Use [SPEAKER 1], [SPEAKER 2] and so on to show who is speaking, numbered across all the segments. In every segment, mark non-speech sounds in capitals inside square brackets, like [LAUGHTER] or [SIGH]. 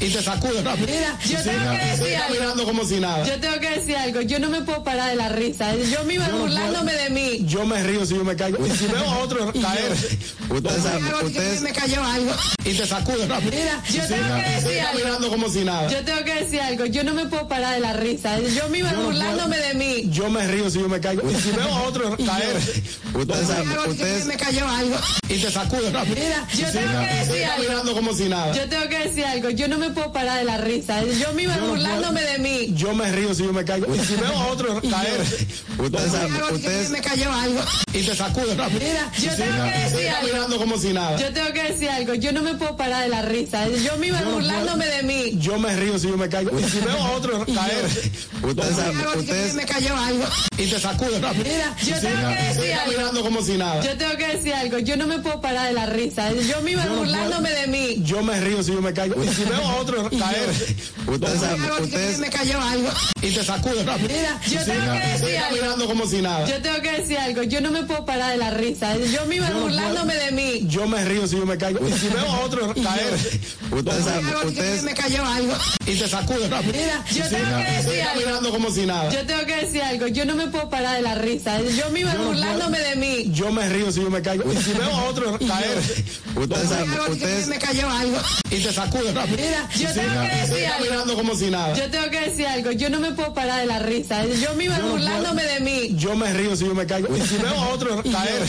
[SPEAKER 1] y te sacude la
[SPEAKER 2] Mira, yo
[SPEAKER 1] Sí,
[SPEAKER 2] tengo que
[SPEAKER 1] estoy
[SPEAKER 2] decir
[SPEAKER 1] caminando
[SPEAKER 2] algo.
[SPEAKER 1] como si nada.
[SPEAKER 2] Yo tengo que decir algo. Yo no me puedo parar de la risa. Yo misma
[SPEAKER 1] Yo no
[SPEAKER 2] burlándome
[SPEAKER 1] puedo.
[SPEAKER 2] de mí.
[SPEAKER 1] Yo me río si yo me caigo. Y si veo a
[SPEAKER 2] [LAUGHS]
[SPEAKER 1] otro caer
[SPEAKER 3] Ustedes saben,
[SPEAKER 2] Hago así que
[SPEAKER 3] ustedes-
[SPEAKER 2] me cayó algo.
[SPEAKER 1] y te sacude la
[SPEAKER 2] Mira, yo tengo que
[SPEAKER 1] Estoy
[SPEAKER 2] decir algo.
[SPEAKER 1] caminando como si nada.
[SPEAKER 2] Yo tengo que decir algo. Yo no me puedo parar de la risa. Yo misma
[SPEAKER 1] Yo no
[SPEAKER 2] burlándome
[SPEAKER 1] puedo.
[SPEAKER 2] de mí.
[SPEAKER 1] Yo me río si yo me caigo. Y si veo a otro caer
[SPEAKER 3] ustedes saben,
[SPEAKER 2] Hago así que
[SPEAKER 3] ustedes-
[SPEAKER 2] me cayó algo.
[SPEAKER 1] y te sacude la
[SPEAKER 2] Mira, yo tengo que
[SPEAKER 1] Estoy
[SPEAKER 2] decir algo.
[SPEAKER 1] caminando como si nada.
[SPEAKER 2] Yo tengo que decir algo. Yo no me puedo parar de la risa. Yo misma
[SPEAKER 1] Yo no
[SPEAKER 2] burlándome
[SPEAKER 1] puedo.
[SPEAKER 2] de mí.
[SPEAKER 1] Yo me río si yo me caigo. Y si veo a otro caer
[SPEAKER 3] ustedes saben,
[SPEAKER 2] Hago así que
[SPEAKER 3] ustedes-
[SPEAKER 2] me cayó algo.
[SPEAKER 1] y te sacude la
[SPEAKER 2] Mira, yo tengo que
[SPEAKER 1] Estoy
[SPEAKER 2] decir algo.
[SPEAKER 1] caminando como si nada.
[SPEAKER 2] Yo tengo que decir algo. Yo no me puedo parar de la risa. Yo misma
[SPEAKER 1] Yo no
[SPEAKER 2] burlándome
[SPEAKER 1] puedo.
[SPEAKER 2] de mí.
[SPEAKER 1] Yo me río si yo me caigo. [LAUGHS] Y si veo a otro caer
[SPEAKER 3] ustedes saben,
[SPEAKER 2] Hago así que
[SPEAKER 3] ustedes-
[SPEAKER 2] me cayó algo.
[SPEAKER 1] y te sacude la
[SPEAKER 2] Mira, yo tengo que
[SPEAKER 1] Estoy
[SPEAKER 2] decir algo.
[SPEAKER 1] caminando como si nada.
[SPEAKER 2] Yo tengo que decir algo. Yo no me puedo parar de la risa. Yo misma
[SPEAKER 1] no
[SPEAKER 2] burlándome de mí.
[SPEAKER 1] Yo me río si yo me caigo. Y si veo a otro caer
[SPEAKER 3] ustedes saben,
[SPEAKER 2] Hago así que
[SPEAKER 3] ustedes-
[SPEAKER 2] me cayó algo.
[SPEAKER 1] y te sacude la
[SPEAKER 2] Mira, yo tengo
[SPEAKER 1] Estoy
[SPEAKER 2] que decir algo.
[SPEAKER 1] caminando como si nada.
[SPEAKER 2] Yo tengo que decir algo. Yo no me puedo parar de la risa. Yo misma
[SPEAKER 1] Yo no
[SPEAKER 2] burlándome de mí.
[SPEAKER 1] Yo me río si yo me caigo. Y si veo a otro caer
[SPEAKER 3] ustedes saben,
[SPEAKER 2] Hago así que
[SPEAKER 3] ustedes-
[SPEAKER 2] me cayó algo.
[SPEAKER 1] y te sacude la
[SPEAKER 2] Mira, yo tengo que
[SPEAKER 1] Estoy
[SPEAKER 2] decir algo.
[SPEAKER 1] caminando como si nada.
[SPEAKER 2] Yo tengo que decir algo. Yo no me puedo parar de la risa. Yo misma
[SPEAKER 1] no
[SPEAKER 2] burlándome de mí.
[SPEAKER 1] Yo me río si yo me caigo. Y si veo a otro caer
[SPEAKER 3] ustedes saben,
[SPEAKER 2] Hago así que
[SPEAKER 3] ustedes-
[SPEAKER 2] me cayó algo.
[SPEAKER 1] y te sacude la
[SPEAKER 2] Mira, yo tengo que
[SPEAKER 1] Estoy
[SPEAKER 2] decir algo.
[SPEAKER 1] caminando como si nada.
[SPEAKER 2] Yo tengo que decir algo. Yo no me puedo parar de la risa. Yo misma
[SPEAKER 1] no puedo.
[SPEAKER 2] burlándome de mí.
[SPEAKER 1] Yo me río si yo me caigo. Y si veo a otro caer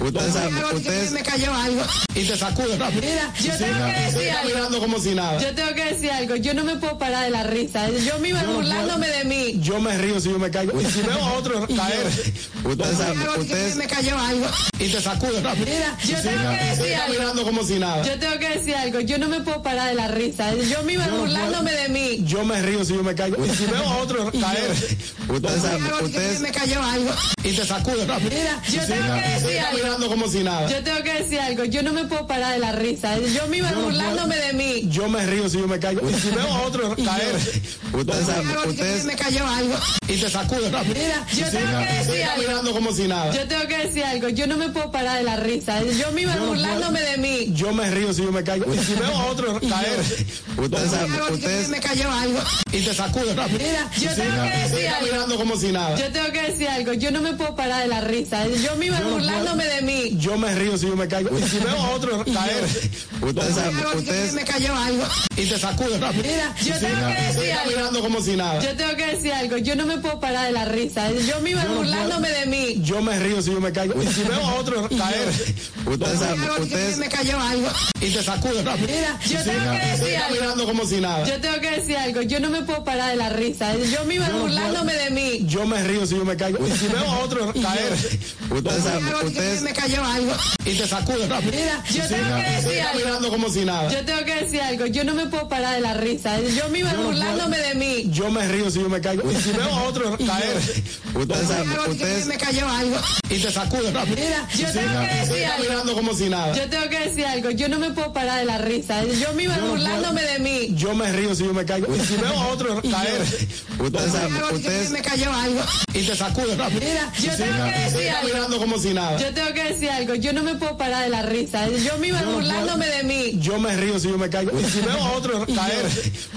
[SPEAKER 3] ustedes saben,
[SPEAKER 2] Hago así que
[SPEAKER 3] ustedes-
[SPEAKER 2] me cayó algo.
[SPEAKER 1] y te sacude la
[SPEAKER 2] Mira, yo tengo que
[SPEAKER 1] Estoy
[SPEAKER 2] decir algo.
[SPEAKER 1] caminando como si nada.
[SPEAKER 2] Yo tengo que decir algo. Yo no me puedo parar de la risa. Yo misma
[SPEAKER 1] no puedo.
[SPEAKER 2] burlándome de mí.
[SPEAKER 1] Yo me río si yo me caigo. Y si veo a otro caer
[SPEAKER 3] ustedes saben,
[SPEAKER 2] Hago así que
[SPEAKER 3] ustedes-
[SPEAKER 2] me cayó algo.
[SPEAKER 1] y te sacude la
[SPEAKER 2] Mira, yo tengo que
[SPEAKER 1] Estoy
[SPEAKER 2] decir algo.
[SPEAKER 1] caminando como si nada.
[SPEAKER 2] Yo tengo que decir algo. Yo no me puedo parar de la risa. Yo misma
[SPEAKER 1] no puedo.
[SPEAKER 2] burlándome de mí.
[SPEAKER 1] Yo me río si yo me caigo. Y si veo a otro caer
[SPEAKER 3] ustedes saben,
[SPEAKER 2] Hago así que
[SPEAKER 3] ustedes-
[SPEAKER 2] me cayó algo.
[SPEAKER 1] y te sacude la
[SPEAKER 2] Mira, yo tengo que
[SPEAKER 1] Estoy
[SPEAKER 2] decir algo.
[SPEAKER 1] caminando como si nada.
[SPEAKER 2] Yo tengo que decir algo. Yo no me puedo parar de la risa. Yo misma
[SPEAKER 1] puedo.
[SPEAKER 2] burlándome de mí.
[SPEAKER 1] Yo me río si yo me caigo. [LAUGHS] Y si veo a otro caer
[SPEAKER 3] ustedes saben,
[SPEAKER 2] Hago así que
[SPEAKER 3] ustedes-
[SPEAKER 2] me cayó algo.
[SPEAKER 1] y te sacude la
[SPEAKER 2] Mira, yo tengo que
[SPEAKER 1] Estoy
[SPEAKER 2] decir algo.
[SPEAKER 1] caminando como si nada.
[SPEAKER 2] Yo tengo que decir algo. Yo no me puedo parar de la risa. Yo misma
[SPEAKER 1] puedo.
[SPEAKER 2] burlándome de mí.
[SPEAKER 1] Yo me río si yo me caigo. Y si veo a otro caer
[SPEAKER 3] ustedes saben,
[SPEAKER 2] Hago así que
[SPEAKER 3] ustedes-
[SPEAKER 2] me cayó algo.
[SPEAKER 1] y te sacude la
[SPEAKER 2] Mira, yo tengo que
[SPEAKER 1] Estoy
[SPEAKER 2] decir algo.
[SPEAKER 1] caminando como si nada.
[SPEAKER 2] Yo tengo que decir algo. Yo no me puedo parar de la risa. Yo misma
[SPEAKER 1] puedo.
[SPEAKER 2] burlándome de mí.
[SPEAKER 1] Yo me río si yo me caigo. Y si veo a otro caer
[SPEAKER 3] ustedes saben,
[SPEAKER 2] Hago así que
[SPEAKER 3] ustedes-
[SPEAKER 2] me cayó algo.
[SPEAKER 1] y te sacude la
[SPEAKER 2] Mira, yo tengo que
[SPEAKER 1] Estoy
[SPEAKER 2] decir algo.
[SPEAKER 1] caminando como si nada.
[SPEAKER 2] Yo tengo que decir algo. Yo no me puedo parar de la risa. Yo misma burlándome de mí.
[SPEAKER 1] Yo me río si yo me caigo. Y si veo a otro caer
[SPEAKER 3] ustedes saben,
[SPEAKER 2] Hago así que
[SPEAKER 3] ustedes-
[SPEAKER 2] me cayó algo.
[SPEAKER 1] y te sacude la
[SPEAKER 2] Mira, yo tengo que
[SPEAKER 1] Estoy
[SPEAKER 2] decir algo.
[SPEAKER 1] caminando como si nada.
[SPEAKER 2] Yo tengo que decir algo. Yo no me puedo parar de la risa. Yo misma burlándome de mí.
[SPEAKER 1] Yo me río si yo me caigo. Y si veo a otro caer
[SPEAKER 3] ustedes saben,
[SPEAKER 2] Hago así que
[SPEAKER 3] ustedes-
[SPEAKER 2] me cayó algo.
[SPEAKER 1] y te sacude la
[SPEAKER 2] Mira, yo tengo que
[SPEAKER 1] Estoy
[SPEAKER 2] decir algo.
[SPEAKER 1] caminando como si nada.
[SPEAKER 2] Yo tengo que decir algo. Yo no me puedo parar de la risa. Yo misma burlándome de mí.
[SPEAKER 1] Yo me río si yo me caigo. Y si veo a otro caer
[SPEAKER 3] ustedes saben,
[SPEAKER 2] Hago así que
[SPEAKER 3] ustedes-
[SPEAKER 2] me cayó algo.
[SPEAKER 1] y te sacude la
[SPEAKER 2] Mira, yo tengo que
[SPEAKER 1] Estoy
[SPEAKER 2] decir algo.
[SPEAKER 1] caminando como si nada.
[SPEAKER 2] Yo tengo que decir algo. Yo no me puedo parar de la risa. Yo misma burlándome de mí.
[SPEAKER 1] Yo me río si yo me caigo. Y si veo a otro caer
[SPEAKER 3] ustedes saben,
[SPEAKER 2] Hago así que
[SPEAKER 3] ustedes-
[SPEAKER 2] me cayó algo.
[SPEAKER 1] y te sacude la
[SPEAKER 2] Mira, yo tengo que
[SPEAKER 1] Estoy
[SPEAKER 2] decir algo.
[SPEAKER 1] caminando como si nada.
[SPEAKER 2] Yo tengo que decir algo. Yo no me puedo parar de la risa. Yo misma burlándome de mí.
[SPEAKER 1] Yo me río si yo me caigo. Y si veo a otro caer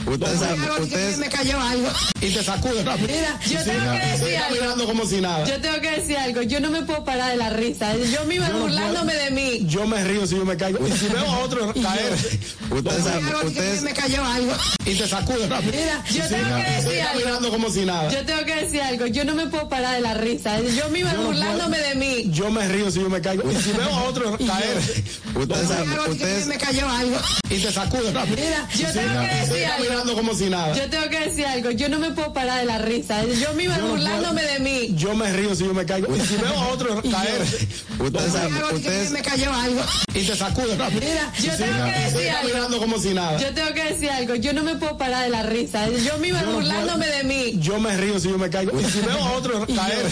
[SPEAKER 3] ustedes saben,
[SPEAKER 2] Hago así que
[SPEAKER 3] ustedes-
[SPEAKER 2] me cayó algo.
[SPEAKER 1] y te sacude la
[SPEAKER 2] Mira, yo tengo que
[SPEAKER 1] Estoy
[SPEAKER 2] decir algo.
[SPEAKER 1] caminando como si nada.
[SPEAKER 2] Yo tengo que decir algo. Yo no me puedo parar de la risa. Yo misma burlándome de mí.
[SPEAKER 1] Yo me río si yo me caigo. Y si veo a otro caer [LAUGHS]
[SPEAKER 3] ustedes saben,
[SPEAKER 2] Hago así que
[SPEAKER 3] ustedes-
[SPEAKER 2] me cayó algo.
[SPEAKER 1] y te sacude la
[SPEAKER 2] Mira, yo tengo que
[SPEAKER 1] Estoy
[SPEAKER 2] decir algo.
[SPEAKER 1] caminando como si nada.
[SPEAKER 2] Yo tengo que decir algo. Yo no me puedo parar de la risa. Yo misma burlándome de mí.
[SPEAKER 1] Yo me río si yo me caigo. Y si veo a otro caer
[SPEAKER 3] ustedes saben,
[SPEAKER 2] Hago así que
[SPEAKER 3] ustedes-
[SPEAKER 2] me cayó algo.
[SPEAKER 1] y te sacude la
[SPEAKER 2] Mira, yo tengo que
[SPEAKER 1] Estoy
[SPEAKER 2] decir algo.
[SPEAKER 1] caminando como si nada.
[SPEAKER 2] Yo tengo que decir algo. Yo no me puedo parar de la risa. Yo misma burlándome de mí.
[SPEAKER 1] Yo me río si yo me eh, caigo. Y si veo a otro caer
[SPEAKER 3] ustedes saben,
[SPEAKER 2] Hago así que
[SPEAKER 3] ustedes-
[SPEAKER 2] me cayó algo.
[SPEAKER 1] y te sacude la
[SPEAKER 2] Mira, yo tengo que
[SPEAKER 1] Estoy
[SPEAKER 2] decir algo.
[SPEAKER 1] caminando como si nada.
[SPEAKER 2] Yo tengo que decir algo. Yo no me puedo parar de la risa. Yo misma burlándome de mí.
[SPEAKER 1] Yo me río si yo me eh, caigo. Y si veo a otro caer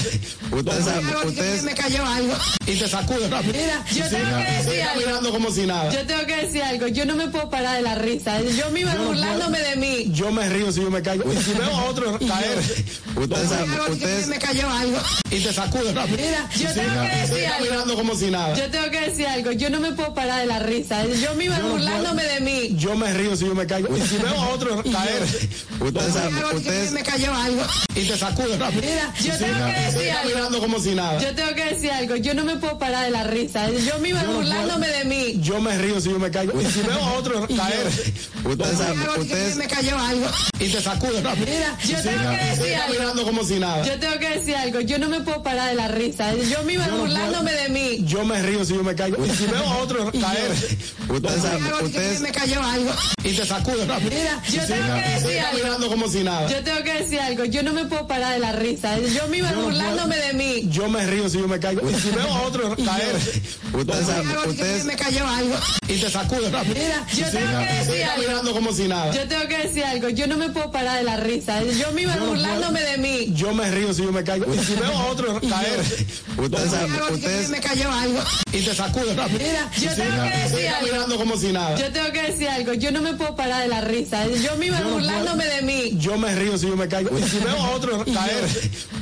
[SPEAKER 3] ustedes saben,
[SPEAKER 2] Hago así que
[SPEAKER 3] ustedes-
[SPEAKER 2] me cayó algo.
[SPEAKER 1] y te sacude la
[SPEAKER 2] Mira, yo tengo que
[SPEAKER 1] Estoy
[SPEAKER 2] decir algo.
[SPEAKER 1] caminando como si nada.
[SPEAKER 2] Yo tengo que decir algo. Yo no me puedo parar de la risa. Yo misma burlándome de mí.
[SPEAKER 1] Yo me río si yo me caigo. Y si veo a otro caer [LAUGHS]
[SPEAKER 3] ustedes saben,
[SPEAKER 2] Hago así que
[SPEAKER 3] ustedes-
[SPEAKER 2] me cayó algo.
[SPEAKER 1] y te sacude la
[SPEAKER 2] Mira, yo tengo que
[SPEAKER 1] Estoy
[SPEAKER 2] decir algo.
[SPEAKER 1] caminando como si nada.
[SPEAKER 2] Yo tengo que decir algo. Yo no me puedo parar de la risa. Yo misma burlándome de mí.
[SPEAKER 1] Yo me río si yo me caigo. caigo. Y si veo a otro caer
[SPEAKER 3] Ustedes saben,
[SPEAKER 4] Ustedes...
[SPEAKER 3] ustedes,
[SPEAKER 4] Me cayó algo.
[SPEAKER 1] y te sacudo rápido.
[SPEAKER 2] Mira, yo tengo que
[SPEAKER 1] Estoy
[SPEAKER 2] decir
[SPEAKER 1] caminando
[SPEAKER 2] algo.
[SPEAKER 1] como si nada.
[SPEAKER 2] Yo tengo que decir algo. Yo no me puedo parar de la risa. Yo misma
[SPEAKER 1] Yo no
[SPEAKER 2] burlándome
[SPEAKER 1] puedo.
[SPEAKER 2] de mí.
[SPEAKER 1] Yo me río si yo me caigo. Y si veo a otro caer
[SPEAKER 3] ustedes saben, ustedes,
[SPEAKER 4] Me cayó algo.
[SPEAKER 1] y te sacudo rápido.
[SPEAKER 2] Mira, yo tengo que
[SPEAKER 1] Estoy
[SPEAKER 2] decir algo.
[SPEAKER 1] caminando como si nada.
[SPEAKER 2] Yo tengo que decir algo. Yo no me puedo parar de la risa. Yo misma
[SPEAKER 1] no puedo.
[SPEAKER 2] burlándome de mí.
[SPEAKER 1] Yo me río si yo me caigo. Y si veo a otro caer
[SPEAKER 3] ustedes saben, ustedes,
[SPEAKER 4] Me cayó algo.
[SPEAKER 1] y te sacudo rápido.
[SPEAKER 2] Mira, yo tengo que
[SPEAKER 1] Estoy
[SPEAKER 2] decir algo.
[SPEAKER 1] caminando como si nada.
[SPEAKER 2] Yo tengo que decir algo. Yo no me puedo parar de la risa. Yo misma
[SPEAKER 1] no puedo.
[SPEAKER 2] burlándome de mí.
[SPEAKER 1] Yo me río si yo me caigo. [LAUGHS] Y si veo a otro caer
[SPEAKER 3] ustedes saben, ustedes,
[SPEAKER 4] Me cayó algo.
[SPEAKER 1] y te sacudo rápido.
[SPEAKER 2] Mira, yo tengo que
[SPEAKER 1] Estoy
[SPEAKER 2] decir algo.
[SPEAKER 1] caminando como si nada.
[SPEAKER 2] Yo tengo que decir algo. Yo no me puedo parar de la risa. Yo misma
[SPEAKER 1] no puedo.
[SPEAKER 2] burlándome de mí.
[SPEAKER 1] Yo me río si yo me caigo. Y si veo a otro caer
[SPEAKER 3] ustedes saben, ustedes,
[SPEAKER 4] Me cayó algo.
[SPEAKER 1] y te sacudo rápido.
[SPEAKER 2] Mira, yo tengo que
[SPEAKER 1] Estoy
[SPEAKER 2] decir algo.
[SPEAKER 1] caminando como si nada.
[SPEAKER 2] Yo tengo que decir algo. Yo no me puedo parar de la risa. Yo misma
[SPEAKER 1] no puedo.
[SPEAKER 2] burlándome de mí.
[SPEAKER 1] Yo me río si yo me caigo. Y si veo a otro caer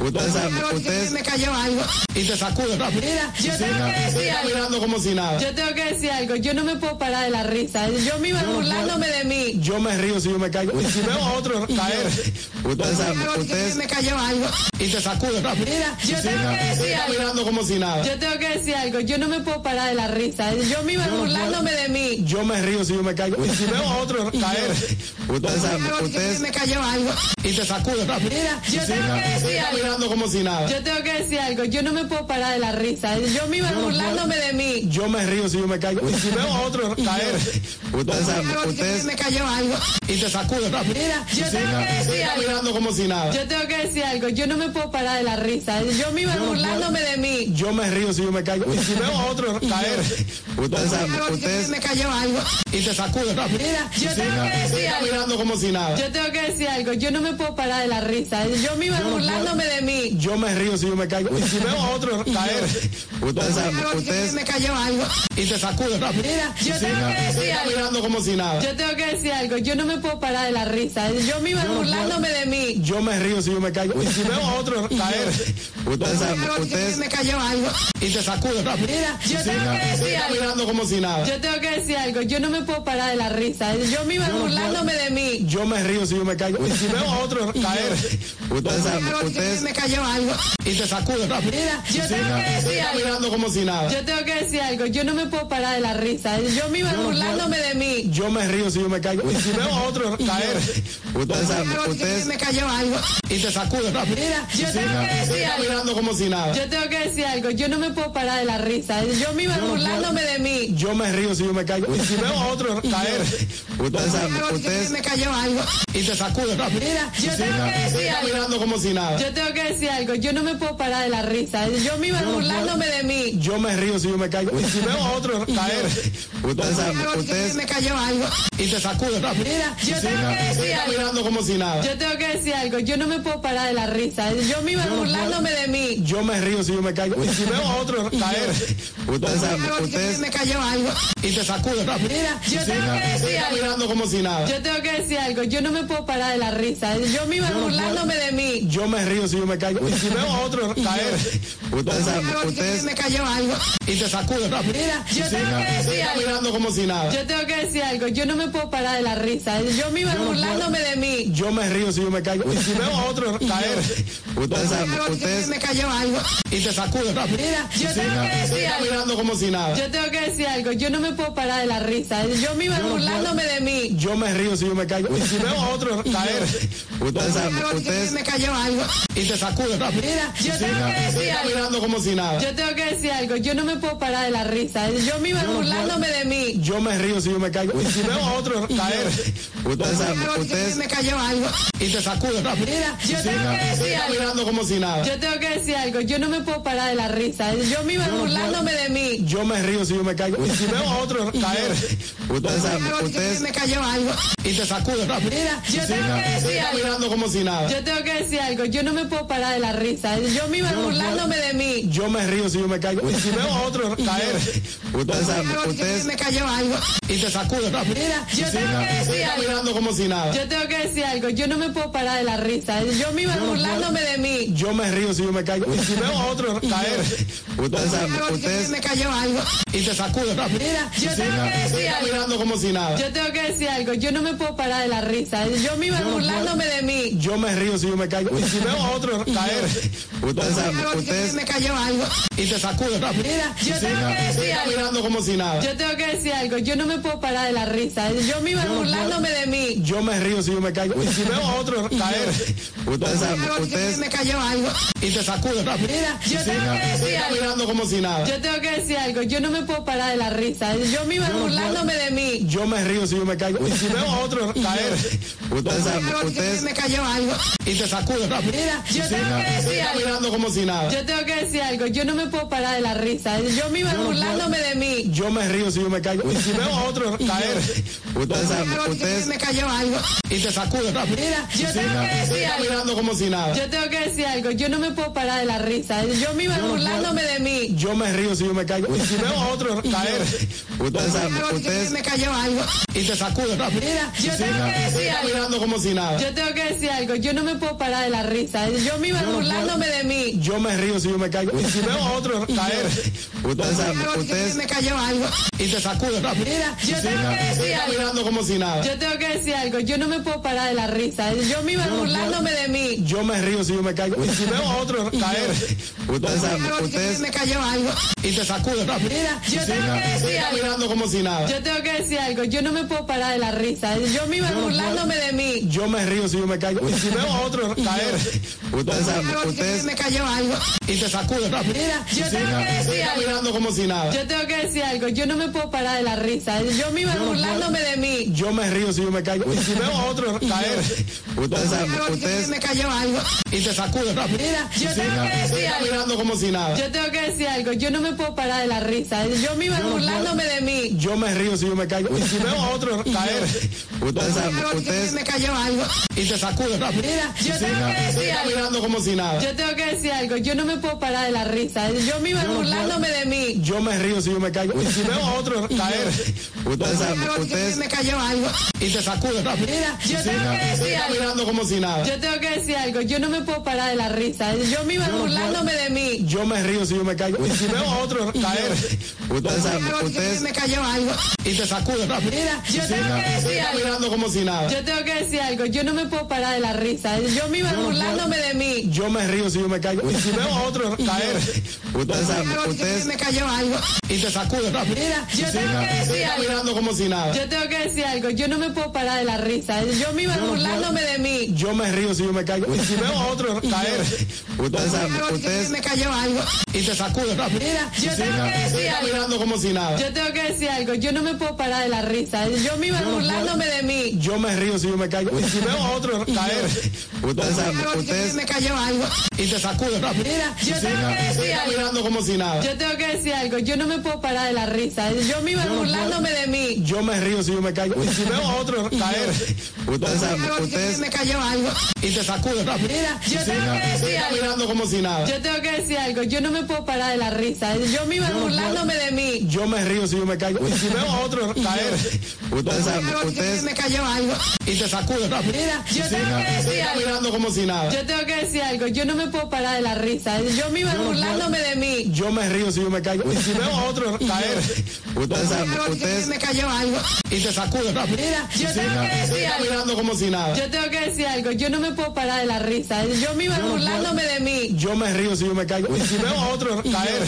[SPEAKER 3] ustedes saben, ustedes,
[SPEAKER 4] Me cayó algo.
[SPEAKER 1] y te sacudo rápido.
[SPEAKER 2] Mira, yo tengo que
[SPEAKER 1] Estoy
[SPEAKER 2] decir algo.
[SPEAKER 1] caminando como si nada.
[SPEAKER 2] Yo tengo que decir algo. Yo no me puedo parar de la risa. Yo misma
[SPEAKER 1] no puedo.
[SPEAKER 2] burlándome de mí.
[SPEAKER 1] Yo me río si yo me caigo. Y si veo a otro caer
[SPEAKER 3] ustedes saben, ustedes,
[SPEAKER 4] Me cayó algo.
[SPEAKER 1] y te sacudo rápido.
[SPEAKER 2] Mira, yo tengo que
[SPEAKER 1] Estoy
[SPEAKER 2] decir algo.
[SPEAKER 1] caminando como si nada.
[SPEAKER 2] Yo tengo que decir algo. Yo no me puedo parar de la risa. Yo misma
[SPEAKER 1] no puedo.
[SPEAKER 2] burlándome de mí.
[SPEAKER 1] Yo me río si yo me caigo. Y si veo a otro caer
[SPEAKER 3] ustedes saben, ustedes,
[SPEAKER 4] Me cayó algo.
[SPEAKER 1] y te sacudo rápido.
[SPEAKER 2] Mira, yo tengo que
[SPEAKER 1] Estoy
[SPEAKER 2] decir algo.
[SPEAKER 1] caminando como si nada.
[SPEAKER 2] Yo tengo que decir algo. Yo no me puedo parar de la risa. Yo misma
[SPEAKER 1] puedo.
[SPEAKER 2] burlándome de mí.
[SPEAKER 1] Yo me río si yo me caigo. Y si veo a otro caer
[SPEAKER 3] ustedes saben, ustedes,
[SPEAKER 4] Me cayó algo.
[SPEAKER 1] y te sacudo rápido.
[SPEAKER 2] Mira, yo tengo que
[SPEAKER 1] Estoy
[SPEAKER 2] decir algo.
[SPEAKER 1] caminando como si nada.
[SPEAKER 2] Yo tengo que decir algo. Yo no me puedo parar de la risa. Yo misma
[SPEAKER 1] puedo.
[SPEAKER 2] burlándome de mí.
[SPEAKER 1] Yo me río si yo me caigo. Y si veo a otro caer
[SPEAKER 3] ustedes saben, ustedes,
[SPEAKER 4] Me cayó algo.
[SPEAKER 1] y te sacudo rápido.
[SPEAKER 2] Mira, yo tengo que
[SPEAKER 1] Estoy
[SPEAKER 2] decir algo.
[SPEAKER 1] caminando como si nada.
[SPEAKER 2] Yo tengo que decir algo. Yo no me puedo parar de la risa. Yo misma
[SPEAKER 1] puedo.
[SPEAKER 2] burlándome de mí.
[SPEAKER 1] Yo me río si yo me caigo. Y si veo a otro caer
[SPEAKER 3] ustedes saben, ustedes,
[SPEAKER 4] Me cayó algo.
[SPEAKER 1] y te sacudo rápido.
[SPEAKER 2] Mira, yo tengo que
[SPEAKER 1] Estoy
[SPEAKER 2] decir algo.
[SPEAKER 1] caminando como si nada.
[SPEAKER 2] Yo tengo que decir algo, yo no me puedo parar de la risa, yo misma burlándome de mí.
[SPEAKER 1] Yo me río si yo me caigo. Y si veo a otro caer
[SPEAKER 3] ustedes saben, ustedes,
[SPEAKER 4] Me cayó algo.
[SPEAKER 1] y te sacudo rápido.
[SPEAKER 2] Mira, yo tengo que
[SPEAKER 1] Estoy
[SPEAKER 2] decir algo,
[SPEAKER 1] caminando como si nada.
[SPEAKER 2] yo tengo que decir algo, yo no me puedo parar de la risa, yo misma burlándome de mí.
[SPEAKER 1] Yo me río si yo me caigo. Y si veo a otro caer
[SPEAKER 3] ustedes saben, ustedes,
[SPEAKER 4] Me cayó algo.
[SPEAKER 1] y te sacudo rápido.
[SPEAKER 2] Mira, yo tengo que
[SPEAKER 1] Estoy
[SPEAKER 2] decir algo,
[SPEAKER 1] caminando como si nada.
[SPEAKER 2] yo tengo que decir algo, yo no me puedo parar de la risa, yo misma burlándome de mí.
[SPEAKER 1] Yo me río si yo me caigo. Y si veo a otro caer
[SPEAKER 3] ustedes saben, ustedes,
[SPEAKER 4] Me cayó algo.
[SPEAKER 1] y te sacudo rápido.
[SPEAKER 2] Mira, yo tengo que
[SPEAKER 1] Estoy
[SPEAKER 2] decir algo,
[SPEAKER 1] caminando como si nada.
[SPEAKER 2] yo tengo que decir algo, yo no me puedo parar de la risa, yo misma burlándome de mí.
[SPEAKER 1] Yo me río si yo me caigo. Y si veo a otro caer
[SPEAKER 3] ustedes saben, ustedes,
[SPEAKER 4] Me cayó algo.
[SPEAKER 1] y te sacudo rápido.
[SPEAKER 2] Mira, yo tengo que
[SPEAKER 1] Estoy
[SPEAKER 2] decir algo.
[SPEAKER 1] caminando como si nada.
[SPEAKER 2] Yo tengo que decir algo, yo no me puedo parar de la risa, yo misma burlándome de mí.
[SPEAKER 1] Yo me río si yo me caigo. Y si
[SPEAKER 2] [LAUGHS]
[SPEAKER 1] veo a otro caer
[SPEAKER 3] ustedes saben, ustedes,
[SPEAKER 4] Me cayó algo.
[SPEAKER 1] y te sacudo rápido.
[SPEAKER 2] Mira, yo tengo que
[SPEAKER 1] Estoy
[SPEAKER 2] decir algo,
[SPEAKER 1] caminando como si nada.
[SPEAKER 2] yo tengo que decir algo, yo no me puedo parar de la risa, yo misma burlándome de mí.
[SPEAKER 1] Yo me río si yo me caigo. Y si veo a otro caer
[SPEAKER 3] ustedes saben, ustedes,
[SPEAKER 4] Me cayó algo.
[SPEAKER 1] y te sacudo rápido.
[SPEAKER 2] Mira, yo tengo que
[SPEAKER 1] Estoy
[SPEAKER 2] decir algo,
[SPEAKER 1] caminando como si nada.
[SPEAKER 2] yo tengo que decir algo, yo no me puedo parar de la risa, yo misma burlándome de mí.
[SPEAKER 1] Yo me río si yo me caigo. Y si veo a otro caer
[SPEAKER 3] ustedes saben, ustedes,
[SPEAKER 4] Me cayó algo.
[SPEAKER 1] y te sacudo rápido.
[SPEAKER 2] Mira, yo tengo que
[SPEAKER 1] Estoy
[SPEAKER 2] decir algo,
[SPEAKER 1] caminando como si nada.
[SPEAKER 2] yo tengo que decir algo, yo no me puedo parar de la risa, yo misma burlándome de mí.
[SPEAKER 1] Yo me río si yo me caigo. Y si veo a otro caer
[SPEAKER 3] ustedes saben, ustedes,
[SPEAKER 4] Me cayó algo.
[SPEAKER 1] y te sacudo rápido.
[SPEAKER 2] Mira, yo tengo
[SPEAKER 1] Estoy
[SPEAKER 2] que decir algo.
[SPEAKER 1] caminando como si nada.
[SPEAKER 2] Yo tengo que decir algo, yo no me puedo parar de la risa, yo misma burlándome de mí.
[SPEAKER 1] Yo me río si yo me caigo. Y si veo a otro caer
[SPEAKER 3] ustedes saben, ustedes,
[SPEAKER 4] Me cayó algo.
[SPEAKER 1] y te sacudo rápido.
[SPEAKER 2] Mira, yo tengo que
[SPEAKER 1] Estoy
[SPEAKER 2] decir algo,
[SPEAKER 1] caminando como si nada.
[SPEAKER 2] yo tengo que decir algo, yo no me puedo parar de la risa, yo misma burlándome de mí.
[SPEAKER 1] Yo me río si yo me caigo. Y si veo a otro caer
[SPEAKER 3] ustedes saben, ustedes,
[SPEAKER 4] Me cayó algo.
[SPEAKER 1] y te sacudo rápido.
[SPEAKER 2] Mira, yo tengo que
[SPEAKER 1] Estoy
[SPEAKER 2] decir algo,
[SPEAKER 1] caminando como si nada.
[SPEAKER 2] yo tengo que decir algo, yo no me puedo parar de la risa, yo misma burlándome de mí.
[SPEAKER 1] Yo me río si yo me caigo. Y si veo a otro caer
[SPEAKER 3] ustedes saben, ustedes,
[SPEAKER 4] Me cayó algo.
[SPEAKER 1] y te sacudo sacude rápido.
[SPEAKER 2] Mira, yo tengo que
[SPEAKER 1] Estoy
[SPEAKER 2] decir algo.
[SPEAKER 1] caminando como si nada.
[SPEAKER 2] Yo tengo que decir algo. Yo no me puedo parar de la risa. Yo misma
[SPEAKER 1] no
[SPEAKER 2] burlándome
[SPEAKER 1] puedo.
[SPEAKER 2] de mí.
[SPEAKER 1] Yo me río si yo me caigo. Y si veo a otro caer
[SPEAKER 3] Ustedes saben, ustedes,
[SPEAKER 4] me cayó algo.
[SPEAKER 1] y te sacude rápido.
[SPEAKER 2] Mira, yo tengo que
[SPEAKER 1] Estoy
[SPEAKER 2] decir algo.
[SPEAKER 1] caminando como si nada.
[SPEAKER 2] Yo tengo que decir algo. Yo no me puedo parar de la risa. Yo misma
[SPEAKER 1] no puedo.
[SPEAKER 2] burlándome de mí.
[SPEAKER 1] Yo me río si yo me caigo. Y si veo a otro caer
[SPEAKER 3] ustedes saben, ustedes,
[SPEAKER 4] me cayó algo.
[SPEAKER 1] y te sacude rápido.
[SPEAKER 2] Mira, yo tengo que
[SPEAKER 1] Estoy
[SPEAKER 2] decir algo.
[SPEAKER 1] caminando como si nada.
[SPEAKER 2] Yo tengo que decir algo. Yo no me puedo parar de la risa. Yo misma
[SPEAKER 1] no puedo.
[SPEAKER 2] burlándome de mí.
[SPEAKER 1] Yo me río si yo me caigo. Y si veo a otro caer
[SPEAKER 3] ustedes saben, ustedes,
[SPEAKER 4] me cayó algo.
[SPEAKER 1] y te sacude rápido.
[SPEAKER 2] Mira, yo tengo que
[SPEAKER 1] Estoy
[SPEAKER 2] decir algo.
[SPEAKER 1] caminando como si nada.
[SPEAKER 2] Yo tengo que decir algo. Yo no me puedo parar de la risa. Yo misma
[SPEAKER 1] no puedo.
[SPEAKER 2] burlándome de mí.
[SPEAKER 1] Yo me río si yo me caigo. Y si veo a otro caer
[SPEAKER 3] ustedes saben, ustedes,
[SPEAKER 4] me cayó algo.
[SPEAKER 1] y te sacude rápido.
[SPEAKER 2] Mira, yo tengo
[SPEAKER 1] Estoy
[SPEAKER 2] que decir algo.
[SPEAKER 1] caminando como si nada.
[SPEAKER 2] Yo tengo que decir algo. Yo no me puedo parar de la risa. Yo misma
[SPEAKER 1] no puedo.
[SPEAKER 2] burlándome de mí.
[SPEAKER 1] Yo me río si yo me caigo. Y si veo a otro caer
[SPEAKER 3] ustedes saben, ustedes,
[SPEAKER 4] me cayó algo.
[SPEAKER 1] y te sacude rápido.
[SPEAKER 2] Mira, yo tengo que
[SPEAKER 1] Estoy
[SPEAKER 2] decir algo.
[SPEAKER 1] caminando como si nada.
[SPEAKER 2] Yo tengo que decir algo. Yo no me puedo parar de la risa. Yo misma
[SPEAKER 1] no puedo.
[SPEAKER 2] burlándome de mí.
[SPEAKER 1] Yo me río si yo me caigo. Y si veo a otro caer
[SPEAKER 3] ustedes saben, ustedes,
[SPEAKER 4] me cayó algo.
[SPEAKER 1] y te sacude rápido.
[SPEAKER 2] Mira, yo tengo que
[SPEAKER 1] Estoy
[SPEAKER 2] decir algo.
[SPEAKER 1] caminando como si nada.
[SPEAKER 2] Yo tengo que decir algo. Yo no me puedo parar de la risa. Yo misma
[SPEAKER 1] no puedo.
[SPEAKER 2] burlándome de mí.
[SPEAKER 1] Yo me río si yo me caigo. Y si veo a otro caer
[SPEAKER 3] ustedes saben, ustedes,
[SPEAKER 4] me cayó algo.
[SPEAKER 1] y te sacude rápido.
[SPEAKER 2] Mira, yo tengo que
[SPEAKER 1] Estoy
[SPEAKER 2] decir algo.
[SPEAKER 1] caminando como si nada.
[SPEAKER 2] Yo tengo que decir algo, yo no me puedo parar de la risa, yo misma burlándome de mí.
[SPEAKER 1] Yo me río si yo me caigo. Y si veo a otro caer
[SPEAKER 3] ustedes saben, ustedes,
[SPEAKER 4] me cayó algo.
[SPEAKER 1] y te sacude rápido.
[SPEAKER 2] Mira, yo tengo que
[SPEAKER 1] Estoy
[SPEAKER 2] decir algo,
[SPEAKER 1] caminando como si nada.
[SPEAKER 2] yo tengo que decir algo, yo no me puedo parar de la risa, yo misma burlándome de mí.
[SPEAKER 1] Yo me río si yo me caigo. Y si
[SPEAKER 2] [LAUGHS]
[SPEAKER 1] veo a otro caer
[SPEAKER 3] ustedes saben, ustedes,
[SPEAKER 4] me cayó algo.
[SPEAKER 1] y te sacude rápido.
[SPEAKER 2] Mira, yo tengo que
[SPEAKER 1] Estoy
[SPEAKER 2] decir algo,
[SPEAKER 1] caminando como si nada.
[SPEAKER 2] yo tengo que decir algo, yo no me puedo parar de la risa, yo misma burlándome de mí.
[SPEAKER 1] Yo me río si yo me caigo. Y si veo a otro caer
[SPEAKER 3] ustedes saben, ustedes,
[SPEAKER 4] me cayó algo.
[SPEAKER 1] y te sacude rápido.
[SPEAKER 2] Mira, yo tengo que
[SPEAKER 1] Estoy
[SPEAKER 2] decir algo,
[SPEAKER 1] caminando como si nada.
[SPEAKER 2] yo tengo que decir algo, yo no me puedo parar de la risa, yo misma burlándome de mí.
[SPEAKER 1] Yo me río si yo me caigo. Y si veo a otro caer
[SPEAKER 3] ustedes saben, ustedes,
[SPEAKER 4] me cayó algo.
[SPEAKER 1] y te sacude rápido.
[SPEAKER 2] Mira, yo tengo que
[SPEAKER 1] Estoy
[SPEAKER 2] decir algo.
[SPEAKER 1] caminando como si nada.
[SPEAKER 2] Yo tengo que decir algo, yo no me puedo parar de la risa, yo misma burlándome de mí.
[SPEAKER 1] Yo me río si yo me caigo. Y si veo a otro caer
[SPEAKER 3] ustedes saben, ustedes,
[SPEAKER 4] me cayó algo.
[SPEAKER 1] y te sacude rápido.
[SPEAKER 2] Mira, yo tengo que
[SPEAKER 1] Estoy
[SPEAKER 2] decir algo,
[SPEAKER 1] caminando como si nada.
[SPEAKER 2] yo tengo que decir algo, yo no me puedo parar de la risa, yo misma burlándome de mí.
[SPEAKER 1] Yo me río si yo me caigo. Y si veo a otro caer
[SPEAKER 3] ustedes saben, ustedes,
[SPEAKER 4] me cayó algo.
[SPEAKER 1] y te sacude rápido.
[SPEAKER 2] Mira, yo tengo que
[SPEAKER 1] Estoy
[SPEAKER 2] decir algo,
[SPEAKER 1] caminando como si nada.
[SPEAKER 2] yo tengo que decir algo, yo no me puedo parar de la risa, yo misma burlándome de mí.
[SPEAKER 1] Yo me río si yo me caigo. Y si veo a otro caer
[SPEAKER 3] ustedes saben, ustedes,
[SPEAKER 4] me cayó algo.
[SPEAKER 1] y te sacude rápido.
[SPEAKER 2] Mira, yo tengo que
[SPEAKER 1] Estoy
[SPEAKER 2] decir algo,
[SPEAKER 1] caminando como si nada.
[SPEAKER 2] yo tengo que decir algo, yo no me puedo parar de la risa, yo misma burlándome de mí.
[SPEAKER 1] Yo me río si yo me caigo. Y si veo a otro caer
[SPEAKER 3] ustedes saben, ustedes,
[SPEAKER 4] me cayó algo.
[SPEAKER 1] y te sacude rápido.
[SPEAKER 2] Mira, yo tengo que
[SPEAKER 1] Estoy
[SPEAKER 2] decir algo.
[SPEAKER 1] caminando como si nada.
[SPEAKER 2] Yo tengo que decir algo, yo no me puedo parar de la risa, yo misma burlándome de mí.
[SPEAKER 1] Yo me río si yo me caigo. Y si veo a otro caer
[SPEAKER 3] ustedes saben, ustedes,
[SPEAKER 4] me cayó algo.
[SPEAKER 1] y te sacude rápido.
[SPEAKER 2] Mira, yo tengo que
[SPEAKER 1] Estoy
[SPEAKER 2] decir algo,
[SPEAKER 1] caminando como si nada.
[SPEAKER 2] yo tengo que decir algo, yo no me puedo parar de la risa, yo misma burlándome de mí.
[SPEAKER 1] Yo me río si yo me caigo. Y si veo a otro caer
[SPEAKER 3] ustedes saben, ustedes,
[SPEAKER 4] me cayó algo.
[SPEAKER 1] y te sacude rápido.
[SPEAKER 2] Mira, yo tengo que
[SPEAKER 1] Estoy
[SPEAKER 2] decir algo,
[SPEAKER 1] caminando como si nada.
[SPEAKER 2] yo tengo que decir algo, yo no me puedo parar de la risa, yo misma burlándome de mí.
[SPEAKER 1] Yo me río si yo me caigo. Y si veo a otro caer
[SPEAKER 3] ustedes saben, ustedes,
[SPEAKER 4] me cayó algo.
[SPEAKER 1] y te sacude rápido.
[SPEAKER 2] Mira, yo tengo que
[SPEAKER 1] Estoy
[SPEAKER 2] decir algo,
[SPEAKER 1] caminando como si nada.
[SPEAKER 2] yo tengo que decir algo, yo no me puedo parar de la risa, yo misma burlándome de mí.
[SPEAKER 1] Yo me río si yo me caigo. Y si veo a otro caer
[SPEAKER 3] ustedes saben, ustedes,
[SPEAKER 4] me cayó algo.
[SPEAKER 1] y te sacude rápido.
[SPEAKER 2] Mira, yo tengo que
[SPEAKER 1] Estoy
[SPEAKER 2] decir algo.
[SPEAKER 1] caminando como si nada.
[SPEAKER 2] Yo tengo que decir algo, yo no me puedo parar de la risa, yo misma burlándome de mí.
[SPEAKER 1] Yo me río si yo me caigo. Y si veo a otro caer
[SPEAKER 3] ustedes saben, ustedes,
[SPEAKER 4] me cayó algo.
[SPEAKER 1] y te sacude rápido.
[SPEAKER 2] Mira, yo tengo que
[SPEAKER 1] Estoy
[SPEAKER 2] decir algo,
[SPEAKER 1] caminando como si nada.
[SPEAKER 2] yo tengo que decir algo, yo no me puedo parar de la risa, yo misma burlándome de mí.
[SPEAKER 1] Yo me río si yo me caigo. Y si veo a otro caer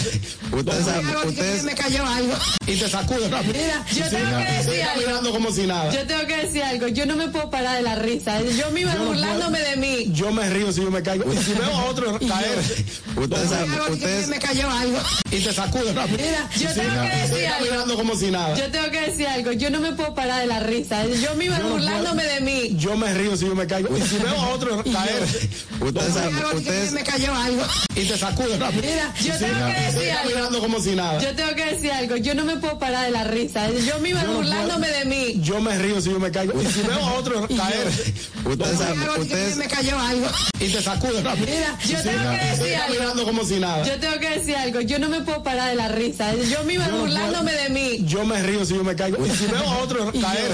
[SPEAKER 3] ustedes saben, ustedes,
[SPEAKER 4] me cayó algo.
[SPEAKER 1] y te sacude rápido.
[SPEAKER 2] Mira, yo tengo que
[SPEAKER 1] Estoy
[SPEAKER 2] decir algo,
[SPEAKER 1] caminando como si nada.
[SPEAKER 2] yo tengo que decir algo, yo no me puedo parar de la risa, yo misma burlándome de mí.
[SPEAKER 1] Yo me río si yo me caigo. Y si veo a otro caer
[SPEAKER 3] ustedes saben, ustedes,
[SPEAKER 4] me cayó algo.
[SPEAKER 1] y te sacude rápido.
[SPEAKER 2] Mira, yo tengo que
[SPEAKER 1] Estoy
[SPEAKER 2] decir algo,
[SPEAKER 1] caminando como si nada.
[SPEAKER 2] yo tengo que decir algo, yo no me puedo parar de la risa, yo misma burlándome de mí.
[SPEAKER 4] caí.
[SPEAKER 1] Yo me río si yo me caigo. Y si veo a otro caer
[SPEAKER 3] ustedes saben,
[SPEAKER 4] Algo, dije que
[SPEAKER 3] ustedes,
[SPEAKER 4] me cayó algo.
[SPEAKER 1] y te sacude rápido.
[SPEAKER 2] Mira, yo tengo que
[SPEAKER 1] Estoy
[SPEAKER 2] decir algo.
[SPEAKER 1] caminando como si nada.
[SPEAKER 2] Yo tengo que decir algo. Yo no me puedo parar de la risa. Yo me iba
[SPEAKER 1] Yo no
[SPEAKER 2] burlándome
[SPEAKER 1] puedo.
[SPEAKER 2] de mí.
[SPEAKER 1] Yo me río si yo me caigo. Y si veo a otro caer
[SPEAKER 3] ustedes saben,
[SPEAKER 4] Algo, dije que
[SPEAKER 3] ustedes,
[SPEAKER 4] me cayó algo.
[SPEAKER 1] y te sacude rápido.
[SPEAKER 2] Mira, yo tengo que
[SPEAKER 1] Estoy
[SPEAKER 2] decir algo.
[SPEAKER 1] caminando como si nada.
[SPEAKER 2] Yo tengo que decir algo. Yo no me puedo parar de la risa. Yo me iba
[SPEAKER 1] no puedo.
[SPEAKER 2] burlándome de mí.
[SPEAKER 1] Yo me río si yo me caigo. Y si veo a otro caer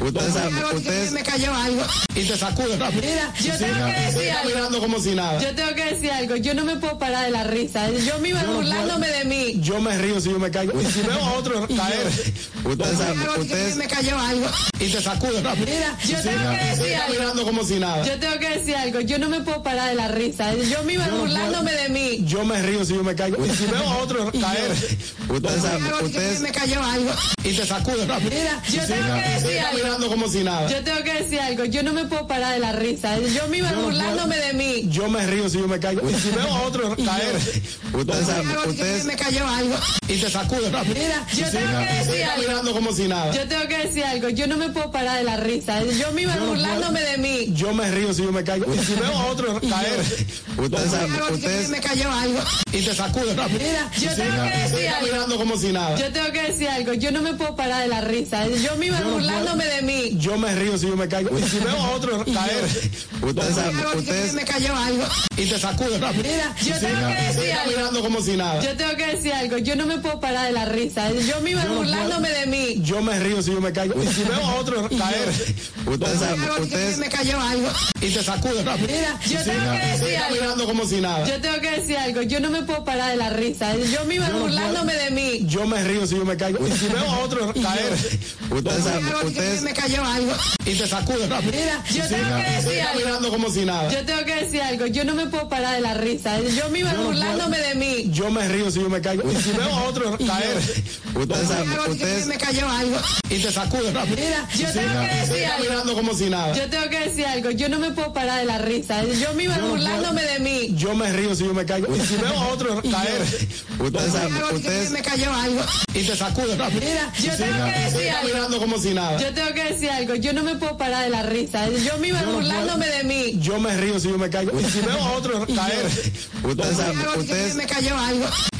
[SPEAKER 3] ustedes saben,
[SPEAKER 4] Algo, dije que
[SPEAKER 3] ustedes,
[SPEAKER 4] me cayó algo.
[SPEAKER 1] y te sacude rápido.
[SPEAKER 2] Mira, yo tengo que
[SPEAKER 1] Estoy
[SPEAKER 2] decir algo.
[SPEAKER 1] caminando como si nada.
[SPEAKER 2] Yo tengo que decir algo. Yo no me puedo parar de la risa. Yo me iba
[SPEAKER 1] no puedo.
[SPEAKER 2] burlándome de mí.
[SPEAKER 1] Yo me río si yo me caigo. Y si veo a otro [LAUGHS] caer
[SPEAKER 3] ustedes saben,
[SPEAKER 4] Algo, dije que
[SPEAKER 3] ustedes,
[SPEAKER 4] me cayó algo.
[SPEAKER 1] y te sacude rápido.
[SPEAKER 2] Mira, yo tengo que
[SPEAKER 1] Estoy
[SPEAKER 2] decir algo.
[SPEAKER 1] caminando como si nada.
[SPEAKER 2] Yo tengo que decir algo. Yo no me puedo parar de la risa. Yo me iba
[SPEAKER 1] no puedo.
[SPEAKER 2] burlándome de mí.
[SPEAKER 1] Yo me río si yo me caigo. Y si veo a otro caer
[SPEAKER 3] ustedes saben,
[SPEAKER 4] Algo, dije que
[SPEAKER 3] ustedes,
[SPEAKER 4] me cayó algo.
[SPEAKER 1] y te sacude rápido.
[SPEAKER 2] Mira, yo tengo
[SPEAKER 1] Estoy
[SPEAKER 2] que decir algo.
[SPEAKER 1] caminando como si nada.
[SPEAKER 2] Yo tengo que decir algo. Yo no me puedo parar de la risa. Yo me iba
[SPEAKER 1] no puedo.
[SPEAKER 2] burlándome de mí.
[SPEAKER 1] Yo me río si yo me caigo. Y si veo a otro caer
[SPEAKER 3] ustedes saben,
[SPEAKER 4] Algo, dije que
[SPEAKER 3] ustedes,
[SPEAKER 4] me cayó algo.
[SPEAKER 1] y te sacude rápido.
[SPEAKER 2] Mira, yo tengo que
[SPEAKER 1] Estoy
[SPEAKER 2] decir algo.
[SPEAKER 1] caminando como si nada.
[SPEAKER 2] Yo tengo que decir algo. Yo no me puedo parar de la risa. Yo me iba
[SPEAKER 1] no puedo.
[SPEAKER 2] burlándome de mí.
[SPEAKER 1] Yo me río si yo me caigo. Y si veo a otro caer
[SPEAKER 3] ustedes saben,
[SPEAKER 4] Algo, dije que
[SPEAKER 3] ustedes,
[SPEAKER 4] me cayó algo.
[SPEAKER 1] y te sacude rápido.
[SPEAKER 2] Mira, yo tengo que
[SPEAKER 1] Estoy
[SPEAKER 2] decir algo.
[SPEAKER 1] caminando como si nada.
[SPEAKER 2] Yo tengo que decir algo. Yo no me puedo parar de la risa. Yo me iba
[SPEAKER 1] no puedo.
[SPEAKER 2] burlándome de mí.
[SPEAKER 1] Yo me río si yo me caigo. Y si veo a otro caer
[SPEAKER 3] ustedes saben,
[SPEAKER 4] Algo, dije que
[SPEAKER 3] ustedes,
[SPEAKER 4] me cayó algo.
[SPEAKER 1] y te sacude rápido.
[SPEAKER 2] Mira, yo tengo
[SPEAKER 1] Estoy
[SPEAKER 2] que decir algo.
[SPEAKER 1] caminando como si nada.
[SPEAKER 2] Yo tengo que decir algo. Yo no me puedo parar de la risa. Yo me iba
[SPEAKER 1] no puedo.
[SPEAKER 2] burlándome de mí.
[SPEAKER 1] Yo me río si [LAUGHS] yo me caigo. Y si veo a otro caer
[SPEAKER 3] ustedes saben,
[SPEAKER 4] Algo, dije que
[SPEAKER 3] ustedes,
[SPEAKER 4] me cayó algo.
[SPEAKER 1] y te [LAUGHS] sacude rápido.
[SPEAKER 2] Mira, yo tengo que
[SPEAKER 1] Estoy
[SPEAKER 2] decir algo.
[SPEAKER 1] caminando como si nada.
[SPEAKER 2] Yo tengo que decir algo. Yo no me puedo parar de la risa. Yo me iba
[SPEAKER 1] no puedo.
[SPEAKER 2] burlándome de mí.
[SPEAKER 1] Yo me río si yo me caigo. Y si [LAUGHS] veo a otro caer
[SPEAKER 3] ustedes saben,
[SPEAKER 4] Algo, dije que
[SPEAKER 3] ustedes,
[SPEAKER 4] me cayó algo.
[SPEAKER 1] y te sacude rápido.
[SPEAKER 2] Mira, yo tengo que
[SPEAKER 1] Estoy
[SPEAKER 2] decir algo.
[SPEAKER 1] caminando como si nada.
[SPEAKER 2] Yo tengo que decir algo. Yo no me puedo parar de la risa. Yo me iba
[SPEAKER 1] no puedo.
[SPEAKER 2] burlándome de mí.
[SPEAKER 1] Yo me río si yo me caigo. Y si [LAUGHS] veo a otro caer
[SPEAKER 3] ustedes saben,
[SPEAKER 4] Algo, dije que
[SPEAKER 3] ustedes,
[SPEAKER 4] me cayó algo.
[SPEAKER 1] y te sacude rápido.
[SPEAKER 2] Mira, yo tengo que
[SPEAKER 1] Estoy
[SPEAKER 2] decir algo.
[SPEAKER 1] caminando como si nada.
[SPEAKER 2] Yo tengo que decir algo. Yo no me puedo parar de la risa. Yo me iba
[SPEAKER 1] no puedo.
[SPEAKER 2] burlándome de mí.
[SPEAKER 1] Yo me río si yo me caigo. Y si [LAUGHS] veo a otro caer
[SPEAKER 3] ustedes saben,
[SPEAKER 4] Algo, dije que
[SPEAKER 3] ustedes,
[SPEAKER 4] me cayó algo.
[SPEAKER 1] y te sacude rápido.
[SPEAKER 2] Mira, yo tengo que
[SPEAKER 1] Estoy
[SPEAKER 2] decir algo.
[SPEAKER 1] caminando como si nada.
[SPEAKER 2] Yo tengo que decir algo. Yo no me puedo parar de la risa. Yo me iba
[SPEAKER 1] no puedo.
[SPEAKER 2] burlándome de mí.
[SPEAKER 1] Yo me río si yo me caigo. Y si veo a otro caer
[SPEAKER 3] ustedes saben,
[SPEAKER 4] Algo, dije que
[SPEAKER 3] ustedes,
[SPEAKER 4] me cayó algo.